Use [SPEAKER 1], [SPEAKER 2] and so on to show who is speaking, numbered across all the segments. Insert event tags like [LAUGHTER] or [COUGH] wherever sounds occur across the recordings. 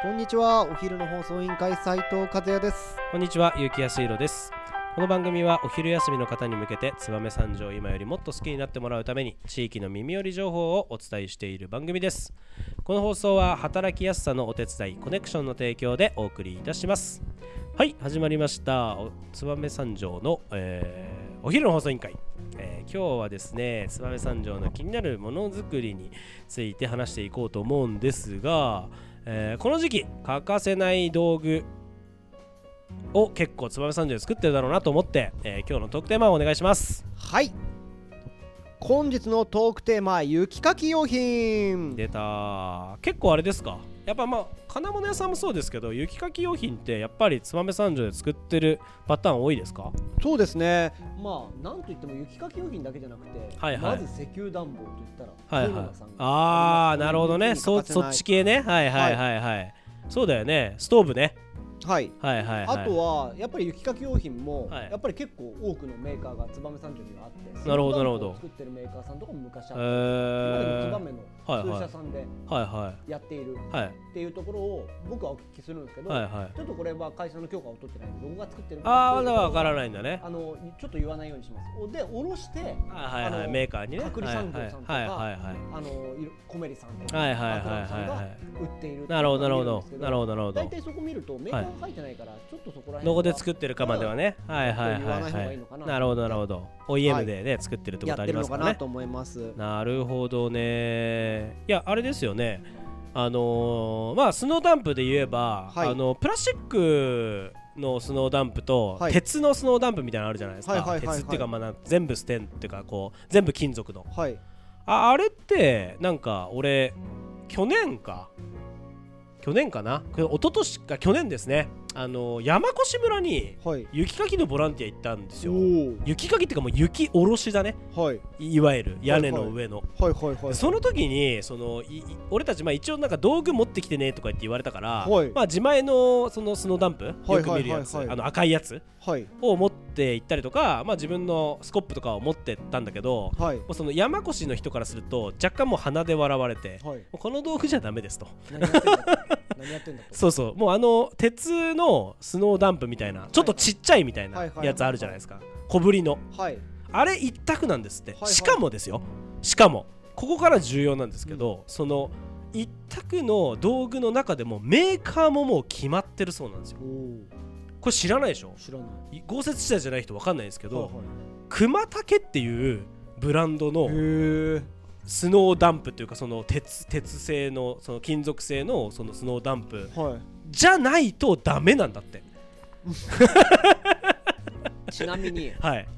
[SPEAKER 1] こんにちはお昼の放送委員会斉藤和也です
[SPEAKER 2] こんにちは、ゆうきやすいろです。この番組はお昼休みの方に向けて、燕三条を今よりもっと好きになってもらうために、地域の耳寄り情報をお伝えしている番組です。この放送は、働きやすさのお手伝い、コネクションの提供でお送りいたします。はい、始まりました。お燕三条の、えーお昼の放送委員会。えー今日はですね、燕三条の気になるものづくりについて話していこうと思うんですが、えーこの時期欠かせない道具を結構つばめ三条で作ってるだろうなと思って、えー今日のトークテーマをお願いします
[SPEAKER 1] はい本日のトークテーマ雪かき用品
[SPEAKER 2] 出た結構あれですかやっぱまあ金物屋さんもそうですけど雪かき用品ってやっぱりつばめ三条で作ってるパターン多いですか
[SPEAKER 1] そうですねまあなんといっても雪かき用品だけじゃなくて、
[SPEAKER 2] はいはい
[SPEAKER 1] まず石油暖房といったら
[SPEAKER 2] はい
[SPEAKER 1] テー
[SPEAKER 2] はい
[SPEAKER 1] マさんが
[SPEAKER 2] ああ
[SPEAKER 1] ります
[SPEAKER 2] なるほどね
[SPEAKER 1] 雪に欠
[SPEAKER 2] そ
[SPEAKER 1] かせない
[SPEAKER 2] そっち系ねはいはいはいはい、そうだよねストーブね
[SPEAKER 1] はい
[SPEAKER 2] はいはいはい
[SPEAKER 1] あとはやっぱり雪かき用品も、
[SPEAKER 2] はい
[SPEAKER 1] やっぱり結構多くのメーカーが燕三条にはあって
[SPEAKER 2] なるほど
[SPEAKER 1] 石油
[SPEAKER 2] なる
[SPEAKER 1] 暖房
[SPEAKER 2] ほど
[SPEAKER 1] を作ってるメーカーさんとかも昔あっ
[SPEAKER 2] え
[SPEAKER 1] て、
[SPEAKER 2] ー、
[SPEAKER 1] 今
[SPEAKER 2] は
[SPEAKER 1] で
[SPEAKER 2] い
[SPEAKER 1] も
[SPEAKER 2] はい
[SPEAKER 1] 燕の通社さんで
[SPEAKER 2] は
[SPEAKER 1] やっている
[SPEAKER 2] いはい
[SPEAKER 1] っていうところを僕はお聞きするんですけど、
[SPEAKER 2] はいはい
[SPEAKER 1] ちょっとこれは会社の許可を取ってないんで僕が作ってる
[SPEAKER 2] ああだからわから
[SPEAKER 1] い
[SPEAKER 2] ないんだね
[SPEAKER 1] あのちょっと言わないようにしますおでおろして
[SPEAKER 2] はいはい
[SPEAKER 1] あ
[SPEAKER 2] はい
[SPEAKER 1] の
[SPEAKER 2] メーカーにね
[SPEAKER 1] 隔離産業さんとか
[SPEAKER 2] はいはいはいはい
[SPEAKER 1] あのいろコメリさんとか
[SPEAKER 2] はいはいはい
[SPEAKER 1] アトランさん
[SPEAKER 2] は
[SPEAKER 1] が
[SPEAKER 2] いはい
[SPEAKER 1] 売っている
[SPEAKER 2] なるほどなるほどなる
[SPEAKER 1] ほ
[SPEAKER 2] ほどなるほ
[SPEAKER 1] 大
[SPEAKER 2] ど
[SPEAKER 1] 体そこ見るとメーカーが書いてないから、ちょっとそこら辺
[SPEAKER 2] どこで
[SPEAKER 1] る
[SPEAKER 2] 作ってるかまではねはいはいは
[SPEAKER 1] ちょっ
[SPEAKER 2] い
[SPEAKER 1] と言わない方が
[SPEAKER 2] はい
[SPEAKER 1] い
[SPEAKER 2] い
[SPEAKER 1] のかな
[SPEAKER 2] なるほどなるほど OEM でね作ってるってこ
[SPEAKER 1] やっ
[SPEAKER 2] とあ
[SPEAKER 1] てる
[SPEAKER 2] りま
[SPEAKER 1] の
[SPEAKER 2] す
[SPEAKER 1] か
[SPEAKER 2] から
[SPEAKER 1] な
[SPEAKER 2] ね
[SPEAKER 1] と思います
[SPEAKER 2] なるほどねいやあれですよねあのーまあスノーダンプで言えば
[SPEAKER 1] はい
[SPEAKER 2] あのプラスチックのスノーダンプと
[SPEAKER 1] はい
[SPEAKER 2] 鉄のスノーダンプみたいなのあるじゃないです
[SPEAKER 1] はいはい
[SPEAKER 2] か
[SPEAKER 1] はいはい
[SPEAKER 2] 鉄っていうかまあな全部ステンっていうかこう全部金属の
[SPEAKER 1] はい
[SPEAKER 2] ああれってなんか俺去年か去年かなこれ一昨年か去年ですねあの山越村に
[SPEAKER 1] はい
[SPEAKER 2] 雪かきのボランティア行ったんですよ
[SPEAKER 1] お
[SPEAKER 2] 雪かきっていうかもう雪下ろしだね
[SPEAKER 1] おはい
[SPEAKER 2] いいわゆる屋根の上の、
[SPEAKER 1] はいはいは
[SPEAKER 2] で
[SPEAKER 1] い
[SPEAKER 2] その時にそのいい俺たちまあ一応なんか道具持ってきてねとか言って言われたから、
[SPEAKER 1] はい
[SPEAKER 2] まあ、自前のそのスノーダンプ、
[SPEAKER 1] はい
[SPEAKER 2] よく見るやつ、
[SPEAKER 1] はいはいはい
[SPEAKER 2] あの赤いやつ
[SPEAKER 1] はい
[SPEAKER 2] を持って行ったりとか、まあ、自分のスコップとかを持ってったんだけど、
[SPEAKER 1] はい
[SPEAKER 2] もうその山越の人からすると若干もう鼻で笑われて、も
[SPEAKER 1] はいう
[SPEAKER 2] この道具じゃダメですと
[SPEAKER 1] 何やってんだと何やってんだと
[SPEAKER 2] そうそうもうあの鉄のスノーダンプみたいなちょっとちっちゃいみたい
[SPEAKER 1] は
[SPEAKER 2] ない
[SPEAKER 1] はい
[SPEAKER 2] やつあるじゃないですか小ぶりの
[SPEAKER 1] はい
[SPEAKER 2] あれ一択なんですって、
[SPEAKER 1] いはい
[SPEAKER 2] しかもですよしかもここから重要なんですけど、その一択の道具の中でもメーカーももう決まってるそうなんですよ
[SPEAKER 1] おお
[SPEAKER 2] これ知らないでしょ
[SPEAKER 1] 知らない
[SPEAKER 2] 豪雪地帯じゃない人わかんないですけ
[SPEAKER 1] いは
[SPEAKER 2] ど、熊竹っていうブランドの
[SPEAKER 1] いはいへえ
[SPEAKER 2] スノーダンプというかその鉄鉄製のその金属製のそのスノーダンプ
[SPEAKER 1] はい
[SPEAKER 2] じゃないとダメなんだって
[SPEAKER 1] ちなみに
[SPEAKER 2] はい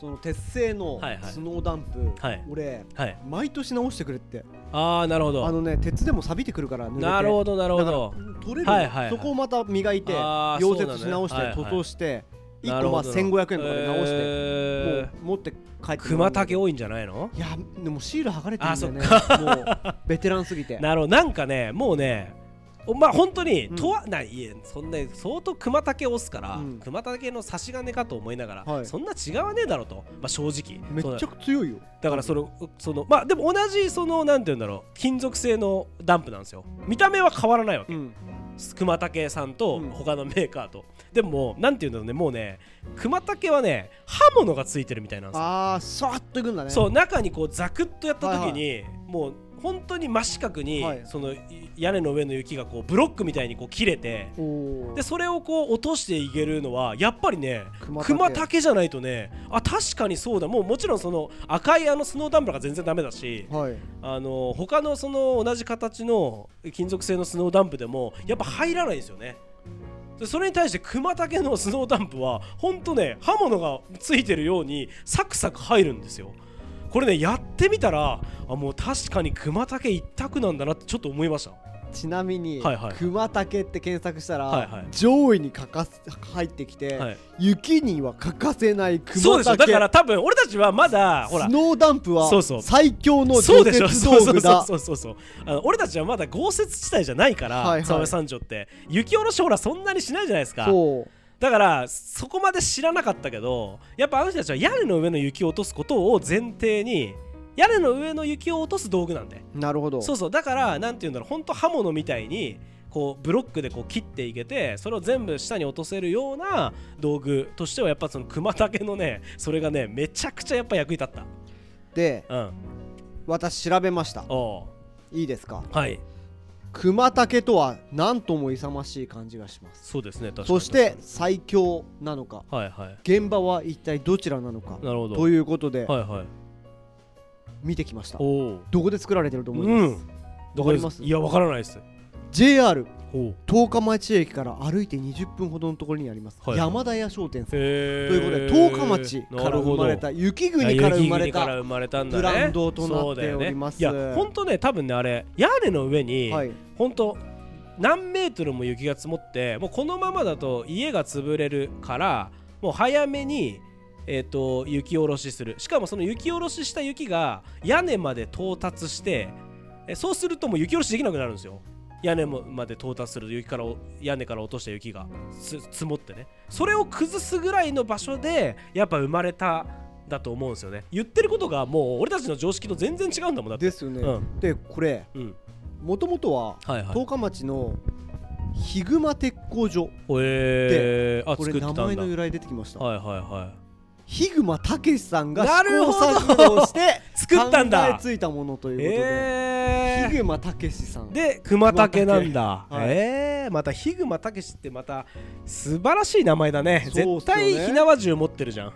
[SPEAKER 1] その鉄製の
[SPEAKER 2] はいはい
[SPEAKER 1] スノーダンプ、
[SPEAKER 2] はい
[SPEAKER 1] 俺
[SPEAKER 2] はい
[SPEAKER 1] 毎年直してくれって
[SPEAKER 2] ああなるほ
[SPEAKER 1] あ
[SPEAKER 2] ど
[SPEAKER 1] のね鉄でも錆びてくるから濡れて
[SPEAKER 2] なるほどなるほど
[SPEAKER 1] だから取れる、
[SPEAKER 2] はいはいはい
[SPEAKER 1] そこをまた磨いて
[SPEAKER 2] あー
[SPEAKER 1] 溶
[SPEAKER 2] そうな
[SPEAKER 1] 接
[SPEAKER 2] ん
[SPEAKER 1] し
[SPEAKER 2] だね
[SPEAKER 1] 直して、
[SPEAKER 2] はいはい
[SPEAKER 1] 塗装して1
[SPEAKER 2] な
[SPEAKER 1] 個
[SPEAKER 2] る
[SPEAKER 1] ま
[SPEAKER 2] ほ
[SPEAKER 1] あ
[SPEAKER 2] ど
[SPEAKER 1] 1500円とかで直して、
[SPEAKER 2] え
[SPEAKER 1] もう持って帰って
[SPEAKER 2] ー、熊竹多いんじゃないの
[SPEAKER 1] いやでもシール剥がれてるんだよね
[SPEAKER 2] あ
[SPEAKER 1] もうベテランすぎて
[SPEAKER 2] [LAUGHS] なるほどなんかねもうねおまあ本当に、
[SPEAKER 1] うん
[SPEAKER 2] とはないいえそんな相当熊竹押すから、
[SPEAKER 1] うん
[SPEAKER 2] 熊竹の差し金かと思いながら、
[SPEAKER 1] はい
[SPEAKER 2] そんな違わねえだろうと、まあ、正直
[SPEAKER 1] めっ
[SPEAKER 2] そう
[SPEAKER 1] ちゃ強いよ
[SPEAKER 2] だからそのそのまあでも同じそのなんて言うんだろう金属製のダンプなんですよ見た目は変わらないわけ、
[SPEAKER 1] うん
[SPEAKER 2] 熊竹さんと
[SPEAKER 1] うん
[SPEAKER 2] 他のメーカーと、でもなんて言うんだろうねもうね熊竹はね刃物がついてるみたいなんですよ
[SPEAKER 1] あーさーっといくんだね
[SPEAKER 2] そう中にこうザクッとやった時に、もう本当に真四角に、
[SPEAKER 1] はい
[SPEAKER 2] そのい屋根の上の雪がこうブロックみたいにこう切れて
[SPEAKER 1] おー
[SPEAKER 2] でそれをこう落としていけるのはやっぱりね
[SPEAKER 1] 熊竹
[SPEAKER 2] 熊竹じゃないとねあ確かにそうだもうもちろんその赤いあのスノーダンプラーが全然ダメだし
[SPEAKER 1] はい
[SPEAKER 2] あの他のその同じ形の金属製のスノーダンプでもやっぱ入らないんですよねでそれに対して熊竹のスノーダンプはほんとね刃物がついてるようにサクサク入るんですよこれねやってみたらあもう確かに熊竹一択なんだなってちょっと思いました
[SPEAKER 1] ちなみに、
[SPEAKER 2] はいはい
[SPEAKER 1] 熊竹って検索したら、
[SPEAKER 2] はいはい
[SPEAKER 1] 上位にかかす入ってきて、
[SPEAKER 2] はい
[SPEAKER 1] 雪には欠かせない熊竹
[SPEAKER 2] そうでしょだから多分俺たちはまだほら
[SPEAKER 1] スノーダンプは
[SPEAKER 2] そうそう
[SPEAKER 1] 最強の除
[SPEAKER 2] そうで
[SPEAKER 1] 雪
[SPEAKER 2] しょそ
[SPEAKER 1] 道
[SPEAKER 2] うそう
[SPEAKER 1] 具
[SPEAKER 2] そう
[SPEAKER 1] だ
[SPEAKER 2] そうそうそうあの俺たちはまだ豪雪地帯じゃないから
[SPEAKER 1] はいはい
[SPEAKER 2] 沢山山頂って雪下ろしほらそんなにしないじゃないですか
[SPEAKER 1] そう
[SPEAKER 2] だからそこまで知らなかったけどやっぱあの人たちは屋根の上の雪を落とすことを前提に屋根の上の雪を落とす道具なんで
[SPEAKER 1] なるほど
[SPEAKER 2] そうそうだからなんて言うんだろうほんと刃物みたいにこうブロックでこう切っていけてそれを全部下に落とせるような道具としてはやっぱその熊竹のねそれがねめちゃくちゃやっぱ役に立っ
[SPEAKER 1] で
[SPEAKER 2] たうん
[SPEAKER 1] 私調べました
[SPEAKER 2] おう
[SPEAKER 1] いいですか
[SPEAKER 2] はい
[SPEAKER 1] 熊竹とは何とも勇ましい感じがします
[SPEAKER 2] そうですね確かに
[SPEAKER 1] そして最強なのか
[SPEAKER 2] はいはい
[SPEAKER 1] 現場は一体どちらなのか
[SPEAKER 2] なるほど
[SPEAKER 1] ということで
[SPEAKER 2] はいはい
[SPEAKER 1] 見てきました
[SPEAKER 2] おお
[SPEAKER 1] どこで作られてると思います、わ
[SPEAKER 2] わ
[SPEAKER 1] かります
[SPEAKER 2] いやわからないです
[SPEAKER 1] JR
[SPEAKER 2] おう
[SPEAKER 1] 十日町駅から歩いて20分ほどのところにあります、
[SPEAKER 2] はい
[SPEAKER 1] 山田屋商店さんと
[SPEAKER 2] とい
[SPEAKER 1] いうことで十日町から生まれた雪国から生まれ
[SPEAKER 2] から
[SPEAKER 1] た
[SPEAKER 2] 生まれたんだね
[SPEAKER 1] ブランドとなっております
[SPEAKER 2] そうだよねいや本当ね多分ねあれ屋根の上に
[SPEAKER 1] はい
[SPEAKER 2] 本当何メートルも雪が積もってもうこのままだと家が潰れるからもう早めにえー、と雪下ろしするしかもその雪下ろしした雪が屋根まで到達してえそうするともう雪下ろしできなくなるんですよ屋根もまで到達すると雪から屋根から落とした雪がつ積もってねそれを崩すぐらいの場所でやっぱ生まれただと思うんですよね言ってることがもう俺たちの常識と全然違うんだもんだって
[SPEAKER 1] ですよね、
[SPEAKER 2] うん
[SPEAKER 1] でこれ
[SPEAKER 2] うん
[SPEAKER 1] もともとは
[SPEAKER 2] はいはい
[SPEAKER 1] 十日町のヒグマ鉄工所
[SPEAKER 2] えー、あ
[SPEAKER 1] こ
[SPEAKER 2] 作
[SPEAKER 1] れ
[SPEAKER 2] ってた
[SPEAKER 1] 名
[SPEAKER 2] ん
[SPEAKER 1] 前
[SPEAKER 2] だはい
[SPEAKER 1] の由来出てきました、
[SPEAKER 2] はいは
[SPEAKER 1] ヒグマたけしさんが
[SPEAKER 2] な
[SPEAKER 1] 試
[SPEAKER 2] る
[SPEAKER 1] 行
[SPEAKER 2] ほど
[SPEAKER 1] 錯誤をして
[SPEAKER 2] い作ったん
[SPEAKER 1] 考
[SPEAKER 2] だ
[SPEAKER 1] えついたものということで、
[SPEAKER 2] え
[SPEAKER 1] ヒグマたけしさん
[SPEAKER 2] ー、で熊竹なんだ、
[SPEAKER 1] 熊竹はい
[SPEAKER 2] えー、またヒグマたけしってまた素晴らしい名前だね
[SPEAKER 1] そうっ
[SPEAKER 2] 絶
[SPEAKER 1] すよね
[SPEAKER 2] 対火縄銃持ってるじゃん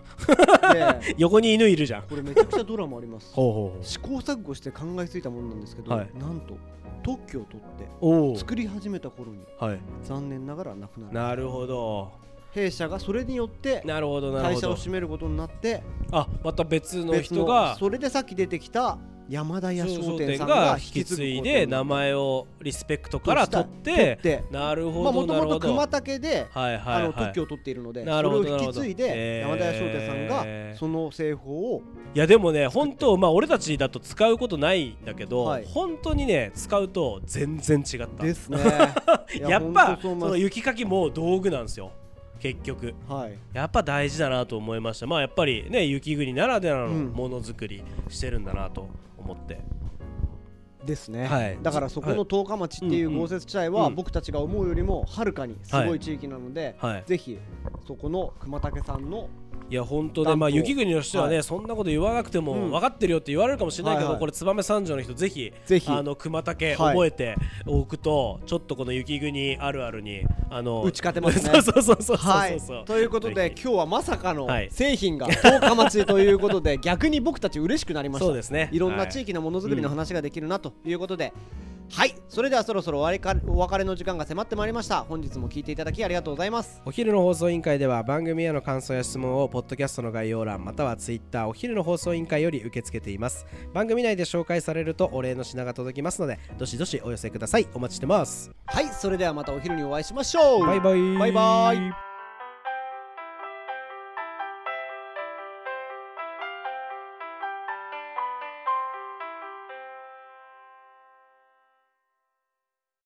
[SPEAKER 1] で
[SPEAKER 2] 横に犬いるじゃん
[SPEAKER 1] これめちゃくちゃドラマあります
[SPEAKER 2] [LAUGHS] ほうほ
[SPEAKER 1] 試行錯誤して考えついたものなんですけど、
[SPEAKER 2] はい
[SPEAKER 1] なんと特許を取って
[SPEAKER 2] うおお
[SPEAKER 1] 作り始めた頃に
[SPEAKER 2] はい
[SPEAKER 1] 残念ながらなくなる
[SPEAKER 2] なるほど
[SPEAKER 1] 弊社がそれによって
[SPEAKER 2] なるほどなる
[SPEAKER 1] 会
[SPEAKER 2] ほ
[SPEAKER 1] 社
[SPEAKER 2] ど
[SPEAKER 1] を閉めることになって
[SPEAKER 2] あまた別の
[SPEAKER 1] 別
[SPEAKER 2] 人が
[SPEAKER 1] それでさっき出てきた山田屋商
[SPEAKER 2] 商
[SPEAKER 1] 店
[SPEAKER 2] 店
[SPEAKER 1] さん
[SPEAKER 2] が
[SPEAKER 1] が
[SPEAKER 2] 引き継い
[SPEAKER 1] 引き
[SPEAKER 2] で
[SPEAKER 1] ことにな
[SPEAKER 2] 名
[SPEAKER 1] る
[SPEAKER 2] 前をリスペクトから取っ
[SPEAKER 1] 取
[SPEAKER 2] て
[SPEAKER 1] って
[SPEAKER 2] なるほ
[SPEAKER 1] まあ
[SPEAKER 2] ど
[SPEAKER 1] もと
[SPEAKER 2] な
[SPEAKER 1] も
[SPEAKER 2] るほ
[SPEAKER 1] と
[SPEAKER 2] ど
[SPEAKER 1] 熊竹で
[SPEAKER 2] はいは
[SPEAKER 1] あ
[SPEAKER 2] い
[SPEAKER 1] の
[SPEAKER 2] はい
[SPEAKER 1] 特許を取っているので
[SPEAKER 2] な
[SPEAKER 1] そ
[SPEAKER 2] る
[SPEAKER 1] れ
[SPEAKER 2] ほど
[SPEAKER 1] を引き継いで
[SPEAKER 2] な
[SPEAKER 1] 山
[SPEAKER 2] るほど
[SPEAKER 1] 田屋商店さん
[SPEAKER 2] へ
[SPEAKER 1] が
[SPEAKER 2] ー
[SPEAKER 1] その製法を
[SPEAKER 2] いやでもね本当まあ俺たちだと使うことないんだけど、
[SPEAKER 1] はい
[SPEAKER 2] 本当にね使うと全然違った
[SPEAKER 1] ですねい
[SPEAKER 2] [LAUGHS] やっぱ
[SPEAKER 1] 本当
[SPEAKER 2] そ
[SPEAKER 1] そう思い
[SPEAKER 2] の
[SPEAKER 1] ます
[SPEAKER 2] 雪かきも道具なんですよ結局
[SPEAKER 1] はい
[SPEAKER 2] やっぱ大事だなと思いましたまあやっぱりね雪国ならではの
[SPEAKER 1] うん
[SPEAKER 2] ものづくりしてるんだなと思って、
[SPEAKER 1] ですね、
[SPEAKER 2] はい
[SPEAKER 1] だからそこ
[SPEAKER 2] は
[SPEAKER 1] の十日町っていう豪雪地帯は
[SPEAKER 2] うん
[SPEAKER 1] 僕たちが思うよりもはるかにすごい地域なので、
[SPEAKER 2] はい
[SPEAKER 1] ぜひそこの熊竹さんの
[SPEAKER 2] いや本当
[SPEAKER 1] な
[SPEAKER 2] ね
[SPEAKER 1] んと
[SPEAKER 2] まあ雪国の人はね、
[SPEAKER 1] は
[SPEAKER 2] そんなこと言わなくても
[SPEAKER 1] うん
[SPEAKER 2] 分かってるよって言われるかもしれないけど、
[SPEAKER 1] はいはい
[SPEAKER 2] これ燕三条の人ぜひ
[SPEAKER 1] ぜひ
[SPEAKER 2] あの熊竹
[SPEAKER 1] はい
[SPEAKER 2] 覚えておくと、ちょっとこの雪国あるあるにあの
[SPEAKER 1] 打ち勝てますね
[SPEAKER 2] [LAUGHS] そうそうそうそうそうそう、
[SPEAKER 1] はい、ということで
[SPEAKER 2] ぜひ
[SPEAKER 1] 今日はまさかの
[SPEAKER 2] はい
[SPEAKER 1] 製品が十日町ということ
[SPEAKER 2] [LAUGHS]
[SPEAKER 1] で逆に僕たち嬉しくなりました
[SPEAKER 2] そうですね
[SPEAKER 1] いろんな地
[SPEAKER 2] 域、
[SPEAKER 1] 域のものづくりの話ができるなということではいそれではそろそろお別れかお別れの時間が迫ってまいりました本日も聞いていただきありがとうございます
[SPEAKER 2] お昼の放送委員会では番組への感想や質問をポッドキャストの概要欄またはツイッターお昼の放送委員会より受け付けています番組内で紹介されるとお礼の品が届きますのでどしどしお寄せくださいお待ちしてます
[SPEAKER 1] はいそれではまたお昼にお会いしましょう
[SPEAKER 2] バイバイ
[SPEAKER 1] バイバイ